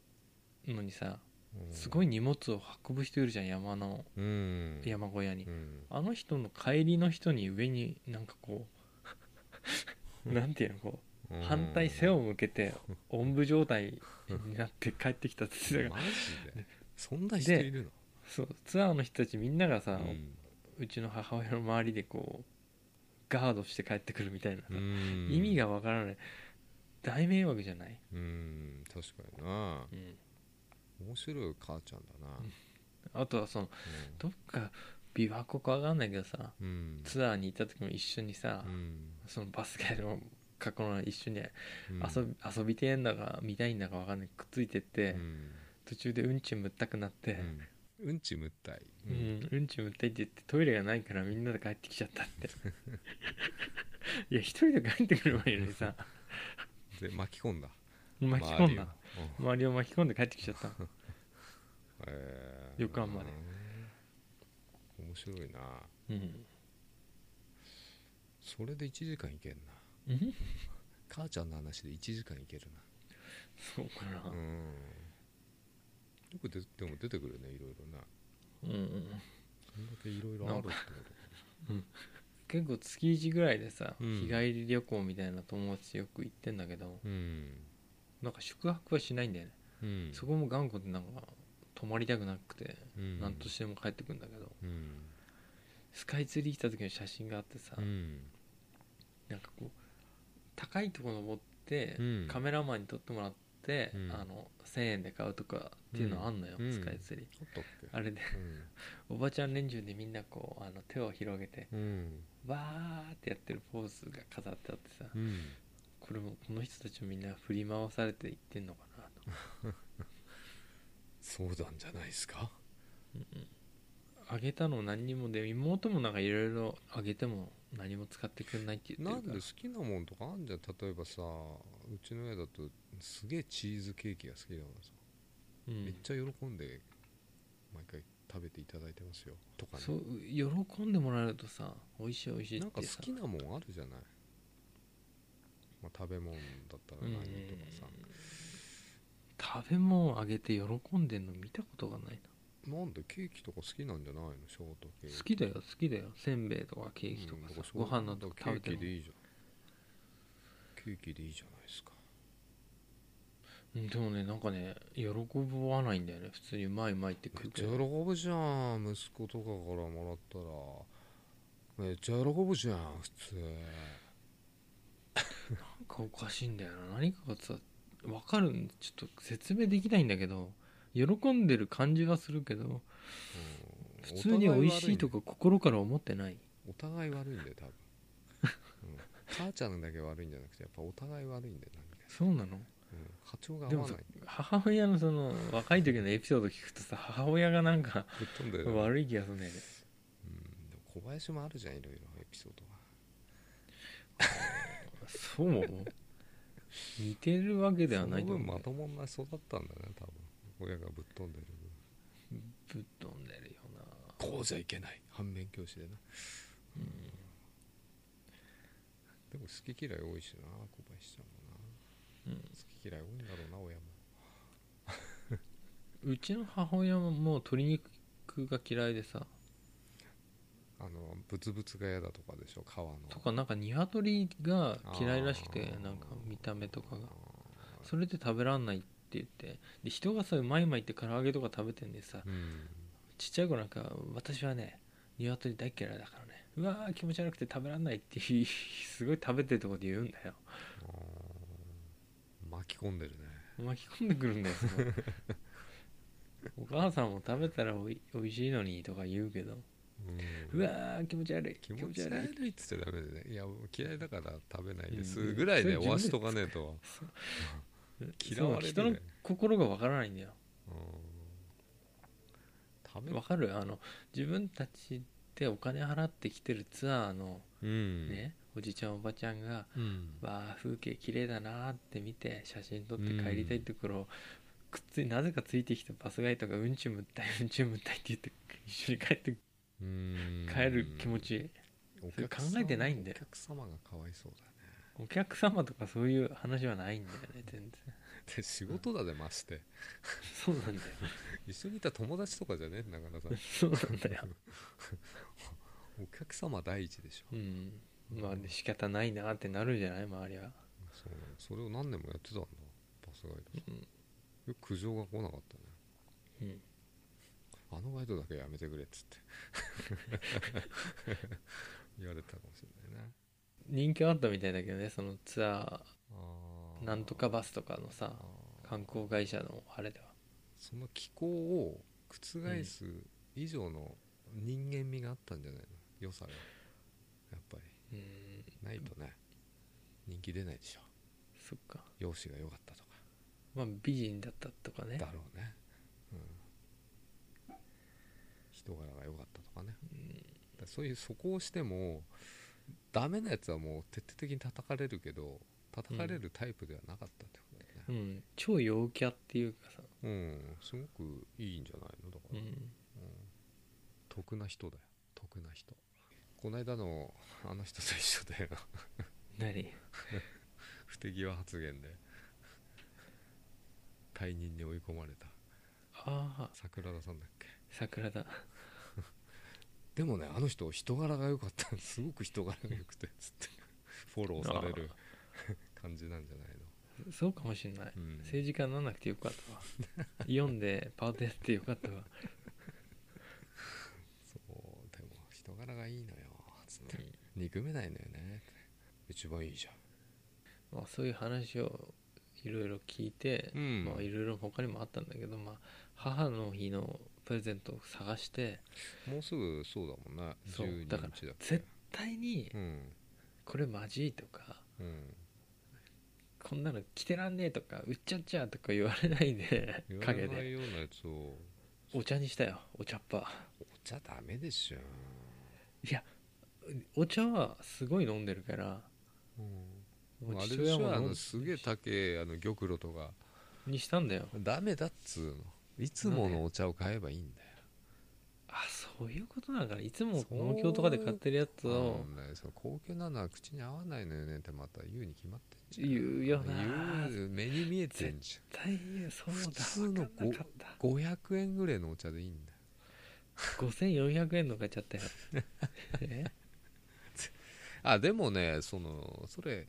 [SPEAKER 1] のにさ
[SPEAKER 2] うん
[SPEAKER 1] すごい荷物を運ぶ人いるじゃん山の
[SPEAKER 2] うん
[SPEAKER 1] 山小屋に、
[SPEAKER 2] うん
[SPEAKER 1] あの人の帰りの人に上になんかこうなんていうのこう反対背を向けておんぶ状態になって帰ってきたっつってたか
[SPEAKER 2] マ
[SPEAKER 1] ら
[SPEAKER 2] ジでそんな人いるの
[SPEAKER 1] そうツアーの人たちみんなが
[SPEAKER 2] う
[SPEAKER 1] さ、
[SPEAKER 2] ん
[SPEAKER 1] うちの母親の周りでこうガードして帰ってくるみたいな、
[SPEAKER 2] うん
[SPEAKER 1] 意味がわからない大迷惑じゃない、
[SPEAKER 2] うん確かにな
[SPEAKER 1] うん、
[SPEAKER 2] 面白い母ちゃんだな
[SPEAKER 1] あとはそのどっか琵琶湖かわかんないけどさ
[SPEAKER 2] うん
[SPEAKER 1] ツアーに行った時も一緒にさ、
[SPEAKER 2] うん
[SPEAKER 1] そのバスケの過去の一緒に遊
[SPEAKER 2] うん
[SPEAKER 1] び,、遊びてえんだか見たいんだかわかんないくっついてって、
[SPEAKER 2] うん
[SPEAKER 1] 途中でうんちむったくなって、
[SPEAKER 2] うんうんちむったい
[SPEAKER 1] うんうん、ちむったいって言ってトイレがないからみんなで帰ってきちゃったって いや一人で帰ってくればいいのにさ
[SPEAKER 2] で巻き込んだ
[SPEAKER 1] 巻き込ん
[SPEAKER 2] 周りを
[SPEAKER 1] だ
[SPEAKER 2] うん
[SPEAKER 1] 周りを巻き込んで帰ってきちゃ った
[SPEAKER 2] えー
[SPEAKER 1] 旅館まで
[SPEAKER 2] うん面白いな
[SPEAKER 1] うん、
[SPEAKER 2] それで1時間いけるな
[SPEAKER 1] うん、
[SPEAKER 2] 母ちゃんの話で1時間いける
[SPEAKER 1] そうかな
[SPEAKER 2] なうんよくででも出てくるねいろいろな
[SPEAKER 1] うん、うん、
[SPEAKER 2] そんだけいろいろあるってこと
[SPEAKER 1] 結構月1ぐらいでさ、
[SPEAKER 2] うん
[SPEAKER 1] 日帰り旅行みたいな友達とよく行ってんだけど
[SPEAKER 2] うん、
[SPEAKER 1] なんか宿泊はしないんだよね
[SPEAKER 2] うん、
[SPEAKER 1] そこも頑固でなんか泊まりたくなくて
[SPEAKER 2] うん
[SPEAKER 1] 何としても帰ってくんだけど
[SPEAKER 2] うん
[SPEAKER 1] スカイツリー来た時の写真があってさ
[SPEAKER 2] うん
[SPEAKER 1] なんかこう高いとこ登って
[SPEAKER 2] うん
[SPEAKER 1] カメラマンに撮ってもらって
[SPEAKER 2] うん
[SPEAKER 1] あの1000円で買うとかっていうのあんのよ
[SPEAKER 2] うん
[SPEAKER 1] スカイツリー
[SPEAKER 2] あったっけ
[SPEAKER 1] あれで おばちゃん連中でみんなこうあの手を広げて
[SPEAKER 2] うんうん
[SPEAKER 1] わーってやってるポーズが飾ってあってさ
[SPEAKER 2] うん
[SPEAKER 1] これもこの人たちもみんな振り回されていってんのかなと
[SPEAKER 2] そうなんじゃないですか
[SPEAKER 1] あげたの何にもで妹もなんかいろいろあげても何も使ってくんないって言
[SPEAKER 2] な
[SPEAKER 1] ってるか
[SPEAKER 2] んで
[SPEAKER 1] ら
[SPEAKER 2] 好きなもんとかあんじゃん例えばさうちの親だとすげえチーズケーキが好きだからさ
[SPEAKER 1] うん
[SPEAKER 2] めっちゃ喜んで毎回食べていただいてますよとかね
[SPEAKER 1] そう喜んでもらえるとさ美味しい美味しいっ
[SPEAKER 2] なんか
[SPEAKER 1] て
[SPEAKER 2] 好
[SPEAKER 1] さ
[SPEAKER 2] きなもんあるじゃない、まあ、食べ物だったら
[SPEAKER 1] うん
[SPEAKER 2] 何とかさ、
[SPEAKER 1] 食べ物あげて喜んでんの見たことがない
[SPEAKER 2] なんでケーキとか好きなんじゃないのショートケ
[SPEAKER 1] な
[SPEAKER 2] ーキ
[SPEAKER 1] 好きだよ好きだよせんべいとかケーキと
[SPEAKER 2] うん
[SPEAKER 1] か
[SPEAKER 2] だ
[SPEAKER 1] さ
[SPEAKER 2] ら、ショ
[SPEAKER 1] ご
[SPEAKER 2] ート
[SPEAKER 1] 飯のとこ食べ
[SPEAKER 2] ケ
[SPEAKER 1] て
[SPEAKER 2] ーキで
[SPEAKER 1] る
[SPEAKER 2] いいじゃんケーキでいいじゃないですか
[SPEAKER 1] うんでもねなんかね喜ばないんだよね普通にうまいうまいって食
[SPEAKER 2] め
[SPEAKER 1] う
[SPEAKER 2] っ
[SPEAKER 1] け
[SPEAKER 2] ちゃ
[SPEAKER 1] ど
[SPEAKER 2] 喜ぶじゃん息子とかからもらったらめっちゃ喜ぶじゃん普通
[SPEAKER 1] なんかおかしいんだよな何かがさ分かるんちょっと説明できないんだけど喜んでる感じはするけど
[SPEAKER 2] うん
[SPEAKER 1] 普通に美味しいとか心から思ってない
[SPEAKER 2] お互い悪いんだよ多分、うん、母ちゃんだけ悪いんじゃなくてやっぱお互い悪いんだよなんか
[SPEAKER 1] そうなの
[SPEAKER 2] うん波長が
[SPEAKER 1] で
[SPEAKER 2] 合
[SPEAKER 1] も
[SPEAKER 2] わ
[SPEAKER 1] さ
[SPEAKER 2] ない
[SPEAKER 1] 母親のその若い時のエピソード聞くとさ母親がなんか
[SPEAKER 2] ぶっ飛んでる、うん、でも
[SPEAKER 1] 悪い気がするんだよね
[SPEAKER 2] 小林もあるじゃんいろいろエピソードが
[SPEAKER 1] そう似てるわけではない
[SPEAKER 2] そ
[SPEAKER 1] と
[SPEAKER 2] の分
[SPEAKER 1] 思
[SPEAKER 2] ま
[SPEAKER 1] う
[SPEAKER 2] ともな育ったんだね多分親がぶっ飛んでる
[SPEAKER 1] ぶっ飛んでるよな
[SPEAKER 2] 分こうじゃいけない反面教師でな、でも好き嫌い多いしな小林ちゃんもな、
[SPEAKER 1] うん
[SPEAKER 2] 好き嫌い多いんだろうな親も
[SPEAKER 1] うちの母親ももう鶏肉が嫌いでさ
[SPEAKER 2] あのブツブツが嫌だとかでしょ皮の
[SPEAKER 1] とかなんか鶏が嫌いらしくて
[SPEAKER 2] あー
[SPEAKER 1] なんか見た目とかが
[SPEAKER 2] あ
[SPEAKER 1] それで食べらんないって言ってで人がさうまいうまいって唐揚げとか食べてんでさ
[SPEAKER 2] ーうん
[SPEAKER 1] ちっちゃい子なんか私はね鶏大嫌いだからねうわー気持ち悪くて食べらんないっていうすごい食べてるとこで言うんだよ
[SPEAKER 2] あー巻き込んでるね
[SPEAKER 1] 巻き込んでくるんだよすごいお母さんも食べたらおいおいしいのにとか言うけど
[SPEAKER 2] うん
[SPEAKER 1] うわー気持ち悪い
[SPEAKER 2] 気持ち悪
[SPEAKER 1] い
[SPEAKER 2] いって言っちゃダメでねいやもう嫌いだから食べないで
[SPEAKER 1] う
[SPEAKER 2] す
[SPEAKER 1] ん
[SPEAKER 2] ぐらいで
[SPEAKER 1] それ
[SPEAKER 2] 終わしとかねえとは嫌
[SPEAKER 1] そ
[SPEAKER 2] われ
[SPEAKER 1] う
[SPEAKER 2] る
[SPEAKER 1] 人の
[SPEAKER 2] ね
[SPEAKER 1] 心がわからないんだよ
[SPEAKER 2] うん食べ
[SPEAKER 1] わかるあの自分たちでお金払ってきてるツアーの
[SPEAKER 2] うん
[SPEAKER 1] ね、おじちゃんおばちゃんが
[SPEAKER 2] うん
[SPEAKER 1] わあ風景綺麗だなーって見て写真撮って帰りたいところを、くっついなぜかついてきたバスガイドがうんちむったいうんちむったいって言って一緒に帰って
[SPEAKER 2] うん
[SPEAKER 1] 帰る気持ちいい、
[SPEAKER 2] お
[SPEAKER 1] それ
[SPEAKER 2] 客様
[SPEAKER 1] 考えてないんだよ
[SPEAKER 2] お客様がかわいそうだね
[SPEAKER 1] お客様とかそういう話はないんだよね全然
[SPEAKER 2] で仕事だでまして
[SPEAKER 1] そうなんだよ
[SPEAKER 2] 一緒にいた友達とかじゃねえんだからさ
[SPEAKER 1] そうなんだよ
[SPEAKER 2] お客様第一でしょ
[SPEAKER 1] うんまあで仕方ないなーってなるんじゃない周りは
[SPEAKER 2] そうなのそれを何年もやってたんだバスガイドさん
[SPEAKER 1] うん
[SPEAKER 2] よく苦情が来なかったね
[SPEAKER 1] うん
[SPEAKER 2] あのガイドだけやめてくれっつって 言われたかもしれないね
[SPEAKER 1] 人気はあったみたいだけどねそのツア
[SPEAKER 2] あ
[SPEAKER 1] ー
[SPEAKER 2] ー
[SPEAKER 1] なんとかバスとかのさ
[SPEAKER 2] あー
[SPEAKER 1] 観光会社のあれでは
[SPEAKER 2] その気候を覆す以上の人間味があったんじゃないの良さがやっぱり
[SPEAKER 1] うん
[SPEAKER 2] ないとね人気出ないでしょ
[SPEAKER 1] そっか
[SPEAKER 2] 容姿が良かったとか
[SPEAKER 1] まあ美人だったとかね
[SPEAKER 2] だろうね、うん、人柄が良かったとかねだからそういうそこをしてもダメなやつはもう徹底的に叩かれるけど叩かれるタイプではなかったってことだよ
[SPEAKER 1] うん、
[SPEAKER 2] ね
[SPEAKER 1] 超陽キャっていうかさ、
[SPEAKER 2] うん、すごくいいんじゃないのだから、
[SPEAKER 1] うん、
[SPEAKER 2] 得な人だよ得な人こないだのあの人と一緒だよ
[SPEAKER 1] 何
[SPEAKER 2] 不手際発言で退任に追い込まれた
[SPEAKER 1] ああ
[SPEAKER 2] 桜田さんだっけ
[SPEAKER 1] 桜だ
[SPEAKER 2] でもねあの人人柄が良かった すごく人柄が良くてつってフォローされる感じなんじゃない
[SPEAKER 1] そうかもしんない、
[SPEAKER 2] の、うん、
[SPEAKER 1] 政治家にならなくてよかったわ イオンでパートやってよかったわ、
[SPEAKER 2] そうでも人柄がいいのよつって憎めないのよね一番いいじ
[SPEAKER 1] まあ、そういう話をいろいろ聞いて、
[SPEAKER 2] ゃん、うん
[SPEAKER 1] まあいろいろ他にもあったんだけど、まあ、母の日のプレゼントを探して
[SPEAKER 2] もうすぐそうだもんね
[SPEAKER 1] そう
[SPEAKER 2] 12日
[SPEAKER 1] だか
[SPEAKER 2] だ
[SPEAKER 1] ら
[SPEAKER 2] っけ
[SPEAKER 1] 絶対に
[SPEAKER 2] うん
[SPEAKER 1] これマジとか
[SPEAKER 2] うん
[SPEAKER 1] こんなの着てらんねえとか売っちゃっちゃとか言われないで
[SPEAKER 2] 言われ
[SPEAKER 1] 陰
[SPEAKER 2] ない
[SPEAKER 1] で
[SPEAKER 2] ようなやつを
[SPEAKER 1] お茶にしたよお茶っ葉
[SPEAKER 2] お茶ダメでしょ、
[SPEAKER 1] いやお茶はすごい飲んでるから
[SPEAKER 2] うん、あれ
[SPEAKER 1] 父
[SPEAKER 2] で
[SPEAKER 1] 親
[SPEAKER 2] し
[SPEAKER 1] も
[SPEAKER 2] ょあ
[SPEAKER 1] 飲ん
[SPEAKER 2] のすげえ高えあの玉露とか
[SPEAKER 1] にしたんだよ
[SPEAKER 2] ダメだっつうのいつものお茶を買えばいいんだよ
[SPEAKER 1] あそういうことなんかないつも
[SPEAKER 2] そう
[SPEAKER 1] 農協とかで買ってるやつを
[SPEAKER 2] あのねその高級なのは口に合わないのよねってまた言うに決まってんじゃん
[SPEAKER 1] 言うよな
[SPEAKER 2] 言う目に見えてんじゃん
[SPEAKER 1] 大変そうだ
[SPEAKER 2] 普通の
[SPEAKER 1] 分かんなかった
[SPEAKER 2] 500円ぐらいのお茶でいいんだよ
[SPEAKER 1] 5400円の買っちゃ ったよえ
[SPEAKER 2] あでもねそのそれ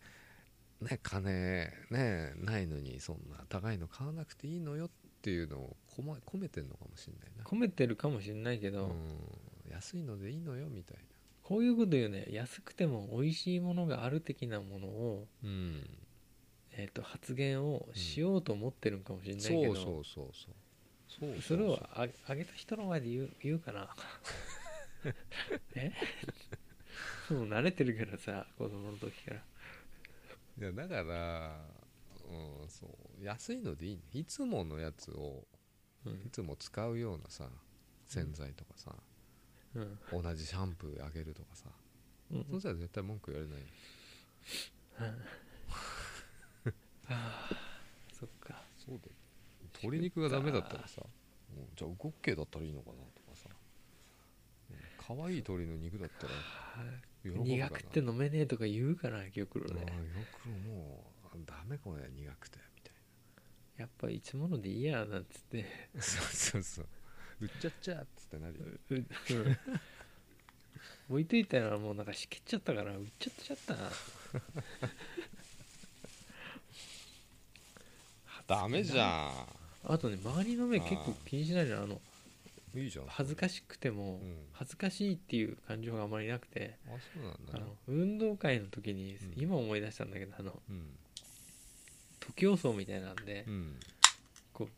[SPEAKER 2] ね金ねないのにそんな高いの買わなくていいのよっていうのをこま込めてんのかもしんないな
[SPEAKER 1] 込めてるかもしれないけど、
[SPEAKER 2] うん安いのでいいのよみたい
[SPEAKER 1] こういうこと言うね安くても美味しいものがある的なものを、
[SPEAKER 2] なうん
[SPEAKER 1] えー、と発言をしようと思ってるんかもしれないけど、
[SPEAKER 2] そうそうそうそうそうそう
[SPEAKER 1] それをああげた人の前で言う言うかな えもう慣れてるからさ子供の時から
[SPEAKER 2] いやだからうんそう安いのでいいねいつものやつを
[SPEAKER 1] う
[SPEAKER 2] い
[SPEAKER 1] ん、
[SPEAKER 2] つも使うようなさ洗剤とかさ、
[SPEAKER 1] うん
[SPEAKER 2] 同じシャンプーあげるとかさ、
[SPEAKER 1] うん
[SPEAKER 2] そうしたら絶対文句言われないよ
[SPEAKER 1] ああそっか
[SPEAKER 2] そうだよ鶏肉がダメだったらさうんじゃあ動く系だったらいいのかなとかさうん可愛い鳥の肉だったら喜ぶかな
[SPEAKER 1] 苦くて
[SPEAKER 2] の
[SPEAKER 1] 飲めねえとか言うから玉露で
[SPEAKER 2] もうダメこれ苦くてみたい
[SPEAKER 1] やっぱいつものでいいやなんつって
[SPEAKER 2] な そうそうそう売っちゃっちゃっつってなるよ
[SPEAKER 1] ううん置いといたらもうなんかしけっちゃったから売っちゃっちゃったな
[SPEAKER 2] ダメじゃ
[SPEAKER 1] あとね周りの目結構気にしないのよあの
[SPEAKER 2] んいいじゃん
[SPEAKER 1] 恥ずか
[SPEAKER 2] しい
[SPEAKER 1] しくても
[SPEAKER 2] うん
[SPEAKER 1] 恥ずかしいっていう感情があまりなくて
[SPEAKER 2] あそうなん
[SPEAKER 1] あ
[SPEAKER 2] だね
[SPEAKER 1] の運動会の時に
[SPEAKER 2] うん
[SPEAKER 1] 今思い出したんだけどあの
[SPEAKER 2] うん
[SPEAKER 1] 徒競走みたいなんで
[SPEAKER 2] うん
[SPEAKER 1] こう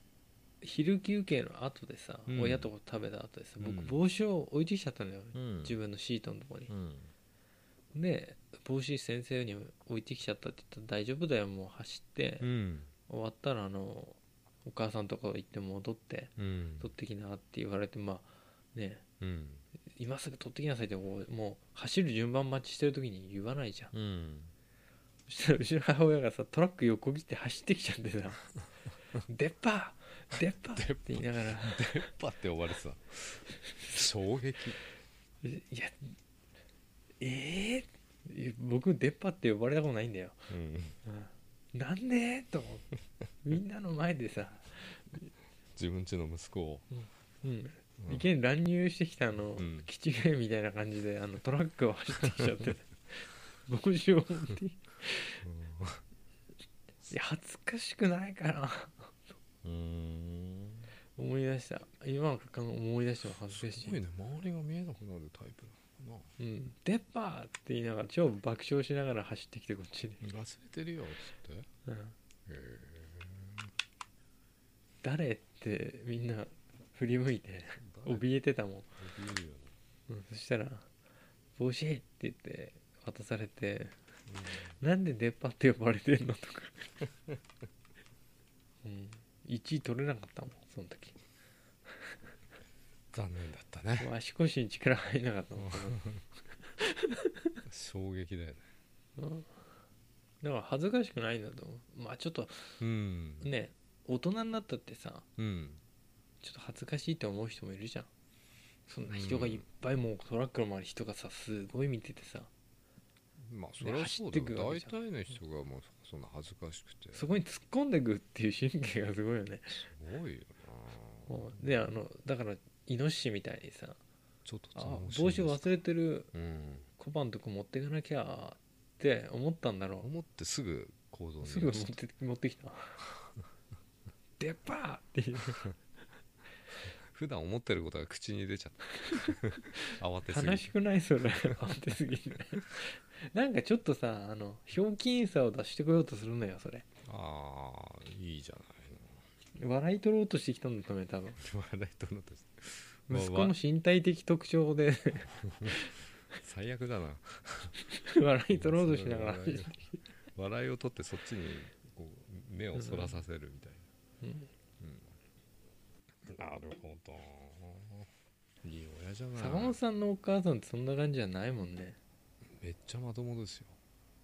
[SPEAKER 1] 昼休憩の後でさ、
[SPEAKER 2] うん
[SPEAKER 1] 親と食べた後でさ
[SPEAKER 2] う
[SPEAKER 1] 僕
[SPEAKER 2] ん
[SPEAKER 1] 帽子を置いてきちゃったのよ、
[SPEAKER 2] うん
[SPEAKER 1] 自分のシートのとこに
[SPEAKER 2] う、ん
[SPEAKER 1] で帽子先生に置いてきちゃったって言ったら大丈夫だよもう走って、
[SPEAKER 2] うん
[SPEAKER 1] 終わったらあのお母さんとか行って戻って
[SPEAKER 2] うん
[SPEAKER 1] 取ってきなって言われてまあね
[SPEAKER 2] うん
[SPEAKER 1] 今すぐ取ってきなさいってこうもう走る順番待ちしてる時に言わないじゃん
[SPEAKER 2] うん
[SPEAKER 1] そしたらうちの母親がさトラック横切って走ってきちゃって さ「出っ歯出っ歯!」って言いながら
[SPEAKER 2] パッて終われてた衝撃
[SPEAKER 1] 「いやええいや僕出っ歯って呼ばれたことないんだよ、
[SPEAKER 2] うん
[SPEAKER 1] うんなんで?」と思ってみんなの前でさ、
[SPEAKER 2] 自分家の息子を
[SPEAKER 1] うん、
[SPEAKER 2] うん
[SPEAKER 1] いきなり乱入してきたあの、
[SPEAKER 2] うん
[SPEAKER 1] キチゲみたいな感じであのトラックを走ってきちゃっ て帽子を持っていや恥ずかしくないかな
[SPEAKER 2] うんうん
[SPEAKER 1] 思い出した今の感思い出しても恥ずかし
[SPEAKER 2] す
[SPEAKER 1] い
[SPEAKER 2] ごいね周りが見えなくなるタイプなのか
[SPEAKER 1] うん、デッパーって言いながら超爆笑しながら走ってきてこっちに、
[SPEAKER 2] な忘れてるよっつってへ
[SPEAKER 1] うん、
[SPEAKER 2] え
[SPEAKER 1] 誰ってみんな振り向いて怯えてたもん、
[SPEAKER 2] 怯えるよね
[SPEAKER 1] うん、そしたら「帽子!」って言って渡されて「なんでデッパーって呼ばれてんの?」 とか、うん、1位取れなかったもんその時
[SPEAKER 2] 残念だったね
[SPEAKER 1] もう足腰に力入んなかったもん、
[SPEAKER 2] 衝撃だよね
[SPEAKER 1] うん、だから恥ずかしくないんだと思うまあちょっと
[SPEAKER 2] うん
[SPEAKER 1] ね大人になったってさ
[SPEAKER 2] うん
[SPEAKER 1] ちょっと恥ずかしいって思う人もいるじゃんそんな人がいっぱいもうトラックの周り人がさすごい見ててさ
[SPEAKER 2] まあそれは
[SPEAKER 1] 走
[SPEAKER 2] そうだ
[SPEAKER 1] ってく
[SPEAKER 2] よ
[SPEAKER 1] わけ
[SPEAKER 2] 大
[SPEAKER 1] じゃん
[SPEAKER 2] 体の人がもうそんな恥ずかしくてす
[SPEAKER 1] そこに突っ込んでくっていう神経がすごいよ ね
[SPEAKER 2] ごいよな
[SPEAKER 1] もうであのだからイノシシみたいにさ
[SPEAKER 2] ちょっと
[SPEAKER 1] 「
[SPEAKER 2] 楽
[SPEAKER 1] あ
[SPEAKER 2] しみ
[SPEAKER 1] 帽子
[SPEAKER 2] にして
[SPEAKER 1] 忘れてる
[SPEAKER 2] うん
[SPEAKER 1] 小判のとこ持ってかなきゃ」って思ったんだろ
[SPEAKER 2] 思ってすぐ行動
[SPEAKER 1] う
[SPEAKER 2] に
[SPEAKER 1] すぐ持って持って きた「デパー!」っていう
[SPEAKER 2] 普段思ってることが口に出ちゃっ た慌てすぎ
[SPEAKER 1] 悲
[SPEAKER 2] て
[SPEAKER 1] しくないそれ慌てすぎてなんかちょっとさあのひょうきんさを出してこようとするのよそれ
[SPEAKER 2] ああいいじゃない
[SPEAKER 1] 笑い取ろうとしてきたんだと思うよ多分
[SPEAKER 2] の笑いとのとしてわ
[SPEAKER 1] 息子の身体的特徴で
[SPEAKER 2] 最悪だな
[SPEAKER 1] 笑い取ろうとしながら、
[SPEAKER 2] それは笑いを取ってそっちにこう目をそらさせるみたい
[SPEAKER 1] うん
[SPEAKER 2] な、なるほどいい親じゃない
[SPEAKER 1] 坂本さんのお母さんってそんな感じじゃないもんね
[SPEAKER 2] めっちゃまともですよ、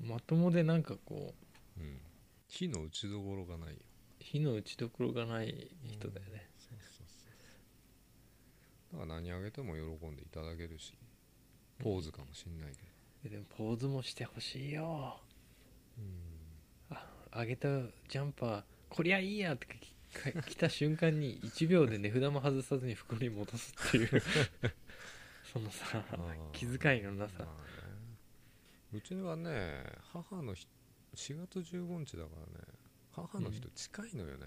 [SPEAKER 1] まともでなんかこう
[SPEAKER 2] うん、火の打ちどころがないよ
[SPEAKER 1] 火の打ちどころがない人だよね、
[SPEAKER 2] そうそうそうだから何あげても喜んでいただけるしポーズかもしんないけど
[SPEAKER 1] でもポーズもしてほしいよ
[SPEAKER 2] うん
[SPEAKER 1] あ上げたジャンパーこりゃいいやってき か来た瞬間に1秒で値札も外さずに袋に戻すっていう そのさ
[SPEAKER 2] ー
[SPEAKER 1] 気遣いのなさ
[SPEAKER 2] まあね、うちはね母の日4月15日だからね母の人近いのよね、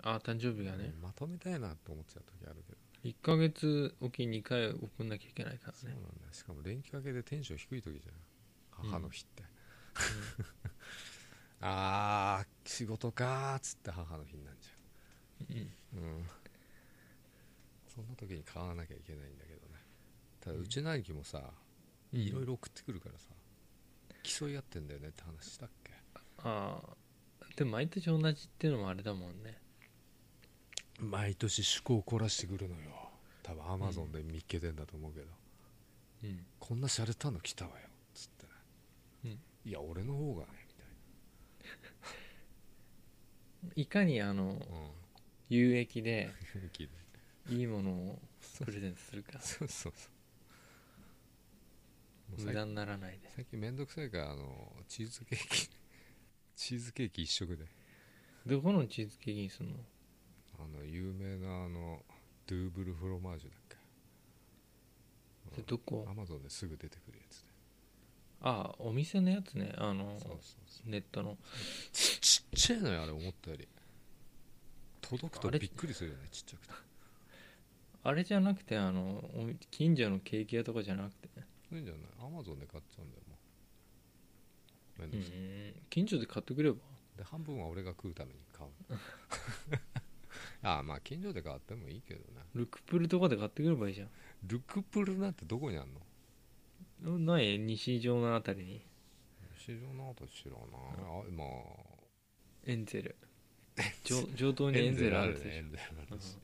[SPEAKER 1] あ誕生日がね
[SPEAKER 2] うんまとめたいなと思っちゃう時あるけど、
[SPEAKER 1] 1ヶ月おき2回送んなきゃいけないから
[SPEAKER 2] そうな
[SPEAKER 1] ね
[SPEAKER 2] んだよしかも連休明けでテンション低い時じゃん母の日って、 ああ仕事かーっつって母の日になっちゃ
[SPEAKER 1] うん
[SPEAKER 2] ううんそんな時に買わなきゃいけないんだけどねただ
[SPEAKER 1] うん
[SPEAKER 2] うちの兄貴もさ、
[SPEAKER 1] うん
[SPEAKER 2] いろいろ送ってくるからさ競い合ってんだよねって話したっけ
[SPEAKER 1] ああでも毎年同じっていうのもあれだもんね
[SPEAKER 2] 毎年趣向を凝らしてくるのよ多分アマゾンで見っけてんだと思うけど、
[SPEAKER 1] うん
[SPEAKER 2] こんな洒落たの来たわよつってね、いや俺の方がねみたい
[SPEAKER 1] いかにあの
[SPEAKER 2] なうん
[SPEAKER 1] 有益で
[SPEAKER 2] 雰囲気で
[SPEAKER 1] いいものをプレゼントする か
[SPEAKER 2] そうそうそうもう
[SPEAKER 1] 無
[SPEAKER 2] 最
[SPEAKER 1] 駄
[SPEAKER 2] 近
[SPEAKER 1] にならないで
[SPEAKER 2] 最近めんどくさいからあのチーズケーキ チーズケーキ一色で
[SPEAKER 1] どこのチーズケーキにするの
[SPEAKER 2] あの有名なあのドゥーブルフロマージュだっ
[SPEAKER 1] それ
[SPEAKER 2] け
[SPEAKER 1] どこ
[SPEAKER 2] アマゾンですぐ出てくるやつで
[SPEAKER 1] ああお店のやつねあの
[SPEAKER 2] そうそうそう
[SPEAKER 1] ネットの
[SPEAKER 2] ちちっちゃいのよあれ思ったより届くと
[SPEAKER 1] あれ
[SPEAKER 2] びっくりするよねちっちゃくて
[SPEAKER 1] あれじゃなくてあのお近所のケーキ屋とかじゃなくて
[SPEAKER 2] そういうんじゃないアマゾンで買っちゃうんだよもうめん
[SPEAKER 1] う
[SPEAKER 2] どくさい、
[SPEAKER 1] ん近所で買ってくれば
[SPEAKER 2] で半分は俺が食うために買うあああまあ近所で買ってもいいけどな
[SPEAKER 1] ルクプルとかで買ってくればいいじゃん
[SPEAKER 2] ルクプルなんてどこにあんの
[SPEAKER 1] うんない西城のあたりに
[SPEAKER 2] 市場の後知らないあまあ
[SPEAKER 1] エンゼル 上上等にエンゼルあるでしょ、
[SPEAKER 2] エンゼルあるし
[SPEAKER 1] う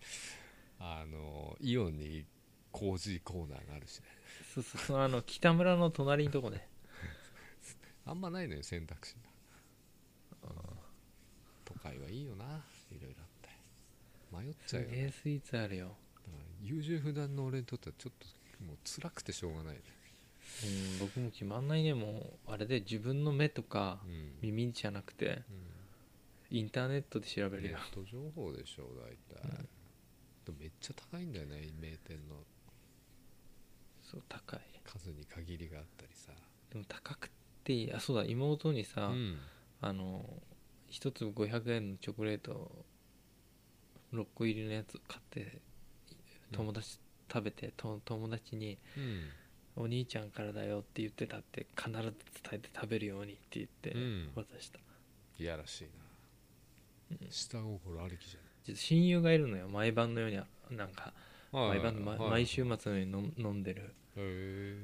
[SPEAKER 2] あのイオンに工事コーナーがあるしね
[SPEAKER 1] そうそうそのあの北村の隣のとこね
[SPEAKER 2] あんまないのよ選択肢が都会はいいよないろいろあって迷っち
[SPEAKER 1] す
[SPEAKER 2] ゃう
[SPEAKER 1] げ
[SPEAKER 2] よね
[SPEAKER 1] えスイーツあるよ
[SPEAKER 2] だから優柔不断の俺にとってはちょっともう辛くてしょうがないね
[SPEAKER 1] うん僕も決まんないねもうあれで自分の目とか
[SPEAKER 2] うん、
[SPEAKER 1] 耳じゃなくてインターネットで調
[SPEAKER 2] う
[SPEAKER 1] べ
[SPEAKER 2] ん、ネ
[SPEAKER 1] るよ
[SPEAKER 2] ット情報でしょ大体、でもめっちゃ高いんだよね名店の
[SPEAKER 1] そう高い
[SPEAKER 2] 数に限りがあったりさ
[SPEAKER 1] でも高くていいあそうだ妹にさ、
[SPEAKER 2] うん
[SPEAKER 1] あの一粒500円のチョコレート6個入りのやつ買って
[SPEAKER 2] うん
[SPEAKER 1] 友達食べて、と友達に
[SPEAKER 2] うん
[SPEAKER 1] 「お兄ちゃんからだよ」って言ってたって必ず伝えて食べるようにって言って
[SPEAKER 2] うん
[SPEAKER 1] 渡した、
[SPEAKER 2] いやらしいな、
[SPEAKER 1] うん
[SPEAKER 2] 下心ありきじゃ
[SPEAKER 1] ちょっと親友がいるのよ毎晩のようになんか
[SPEAKER 2] な
[SPEAKER 1] 毎
[SPEAKER 2] い
[SPEAKER 1] 晩、ま
[SPEAKER 2] はい
[SPEAKER 1] 毎週末のように飲ん飲んでる、
[SPEAKER 2] へえ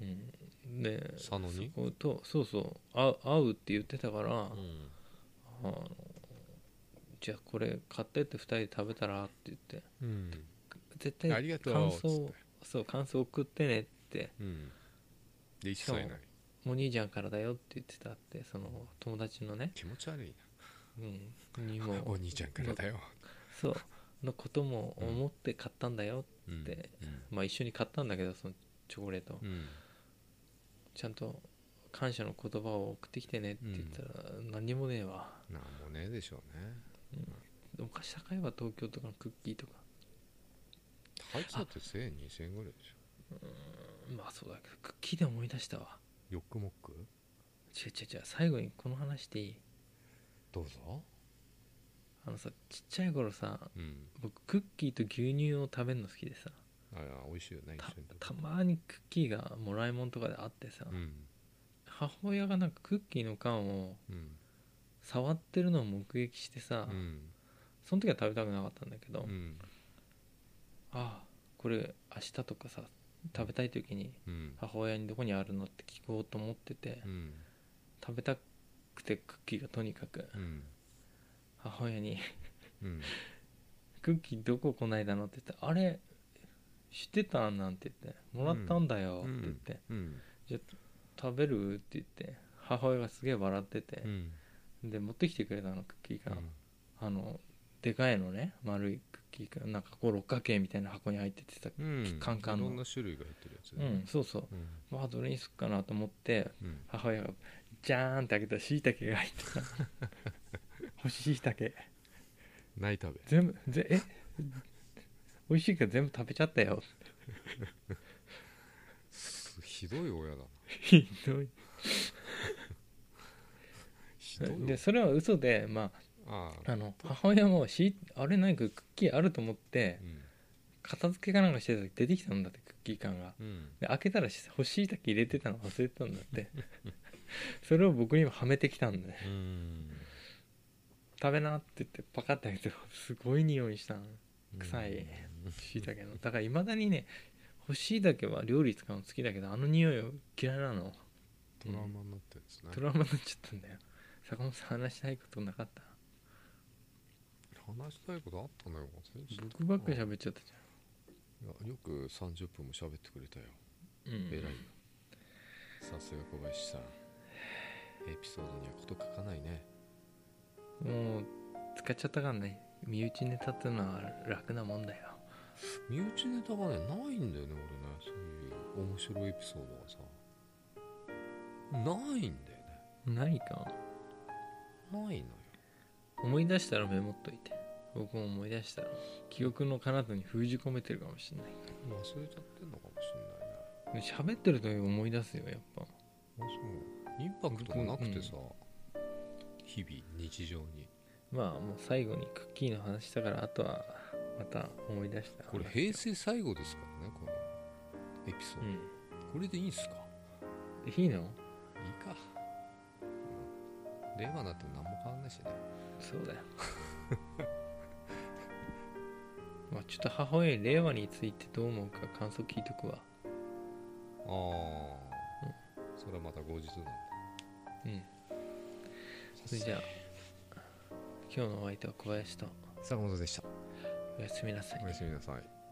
[SPEAKER 1] うん、で
[SPEAKER 2] 佐野に
[SPEAKER 1] そことそうそう会う会うって言ってたから、
[SPEAKER 2] うん
[SPEAKER 1] あのじゃあこれ買ってって2人で食べたらって言って
[SPEAKER 2] うん
[SPEAKER 1] 絶
[SPEAKER 2] あ
[SPEAKER 1] 対
[SPEAKER 2] りがとう
[SPEAKER 1] 感
[SPEAKER 2] つっ
[SPEAKER 1] 想
[SPEAKER 2] て
[SPEAKER 1] そう感想送ってねって
[SPEAKER 2] うんで一切
[SPEAKER 1] かも
[SPEAKER 2] ない
[SPEAKER 1] お兄ちゃんからだよって言ってたってその友達のね、
[SPEAKER 2] 気持ち悪い
[SPEAKER 1] うん、に
[SPEAKER 2] な お
[SPEAKER 1] も
[SPEAKER 2] 兄ちゃんからだよ
[SPEAKER 1] そうのことも思って買ったんだよ、
[SPEAKER 2] うん
[SPEAKER 1] で
[SPEAKER 2] うん
[SPEAKER 1] まあ一緒に買ったんだけどそのチョコレート、
[SPEAKER 2] うん
[SPEAKER 1] ちゃんと感謝の言葉を送ってきてねって言ったら、何にもねえわ
[SPEAKER 2] なんもねえでしょうね
[SPEAKER 1] お菓子高いわ東京とかのクッキーとか
[SPEAKER 2] 入ってたって1000円2000円ぐらいでし
[SPEAKER 1] まあそうだけどクッキーで思い出したわ
[SPEAKER 2] ょよくもっく
[SPEAKER 1] 違う違う違う最後にこの話でいい
[SPEAKER 2] どうぞ
[SPEAKER 1] あのさちっちゃい頃さ
[SPEAKER 2] うん
[SPEAKER 1] 僕クッキーと牛乳を食べるの好きでさ
[SPEAKER 2] あいや美味しいよね
[SPEAKER 1] た
[SPEAKER 2] 一緒に食べ
[SPEAKER 1] たまにクッキーがもらいもんとかであってさ、
[SPEAKER 2] うん
[SPEAKER 1] 母親がなんかクッキーの缶を
[SPEAKER 2] うん
[SPEAKER 1] 触ってるのを目撃してさ、
[SPEAKER 2] うん
[SPEAKER 1] その時は食べたくなかったんだけど、
[SPEAKER 2] うん
[SPEAKER 1] ああこれ明日とかさ食べたい時に
[SPEAKER 2] うん
[SPEAKER 1] 母親にどこにあるのって聞こうと思ってて、
[SPEAKER 2] うん
[SPEAKER 1] 食べたくてクッキーがとにかく
[SPEAKER 2] うん
[SPEAKER 1] 母親に
[SPEAKER 2] うん
[SPEAKER 1] 「クッキーどここないだの?」って言って「あれ知ってた?」なんて言って「もらったんだよ」って言って
[SPEAKER 2] うん
[SPEAKER 1] 「じゃあ食べる?」って言って母親がすげえ笑ってて
[SPEAKER 2] う、ん
[SPEAKER 1] で持ってきてくれたのクッキーが、あのでかいのね丸いクッキーがなんかこう六角形みたいな箱に入っててさ
[SPEAKER 2] うん
[SPEAKER 1] カンカン
[SPEAKER 2] い
[SPEAKER 1] の
[SPEAKER 2] ろんな種類が入ってるやつ
[SPEAKER 1] う
[SPEAKER 2] ね
[SPEAKER 1] んそうそう
[SPEAKER 2] うん
[SPEAKER 1] まあどれにすっかなと思って
[SPEAKER 2] うん
[SPEAKER 1] 母親がジャーンって開けたらしいたけが入ってた 干ししいたけ
[SPEAKER 2] ない食べ
[SPEAKER 1] 全部ぜえ美味しいから全部食べちゃったよ
[SPEAKER 2] すひどい親だな
[SPEAKER 1] ひどい
[SPEAKER 2] ひどい
[SPEAKER 1] でそれは嘘でま
[SPEAKER 2] あ
[SPEAKER 1] あ
[SPEAKER 2] あ
[SPEAKER 1] あの母親もしあれなんかクッキーあると思って
[SPEAKER 2] うん
[SPEAKER 1] 片付けかなんかしてた時出てきたんだってクッキー感が
[SPEAKER 2] うん
[SPEAKER 1] で開けたらし干しいたけ入れてたの忘れてたんだって それを僕にもはめてきたんで
[SPEAKER 2] うん
[SPEAKER 1] 食べなって言ってパカって開けてすごい匂いしたの臭いしいたけのだからいまだにね干しいたけは料理使うの好きだけどあの匂いを嫌いなの
[SPEAKER 2] トラウマになってるんですね
[SPEAKER 1] トラウマになっちゃったんだよ坂本さん話したいことなかった
[SPEAKER 2] 話したいことあったのよ忘れちゃった
[SPEAKER 1] 僕ばっかり喋っちゃったじ
[SPEAKER 2] いやよく30分も喋ってくれたよ
[SPEAKER 1] ゃん、うん、
[SPEAKER 2] 偉いよさすが小林さんエピソードにはこと書かないね
[SPEAKER 1] もう使っちゃったからね身内ネタってのは楽なもんだよ
[SPEAKER 2] 身内ネタがねないんだよね俺ねそういう面白いエピソードがさないんだよね
[SPEAKER 1] 何か
[SPEAKER 2] ないのよ
[SPEAKER 1] 思い出したらメモっといて僕も思い出したら記憶の彼方に封じ込めてるかもしれない
[SPEAKER 2] 忘れちゃってんのかもしんない
[SPEAKER 1] で
[SPEAKER 2] ね
[SPEAKER 1] 喋ってると思い出すよやっぱ
[SPEAKER 2] あそうインパクトがなくてさ、日々日常に
[SPEAKER 1] まあもう最後にクッキーの話したからあとはまた思い出した
[SPEAKER 2] これ平成最後ですからねこのエピソー
[SPEAKER 1] う
[SPEAKER 2] ド、
[SPEAKER 1] ん
[SPEAKER 2] これでいいんすか
[SPEAKER 1] いいの
[SPEAKER 2] いいか、 令和なんて何も変わんないしね
[SPEAKER 1] そうだよまあ、ちょっと母親に令和についてどう思うか感想聞いとくわ
[SPEAKER 2] ああ、それはまた後日なんだ
[SPEAKER 1] うんそれじゃあ今日のお相手は小林と
[SPEAKER 2] 坂本でした
[SPEAKER 1] おやすみなさい
[SPEAKER 2] おやすみなさい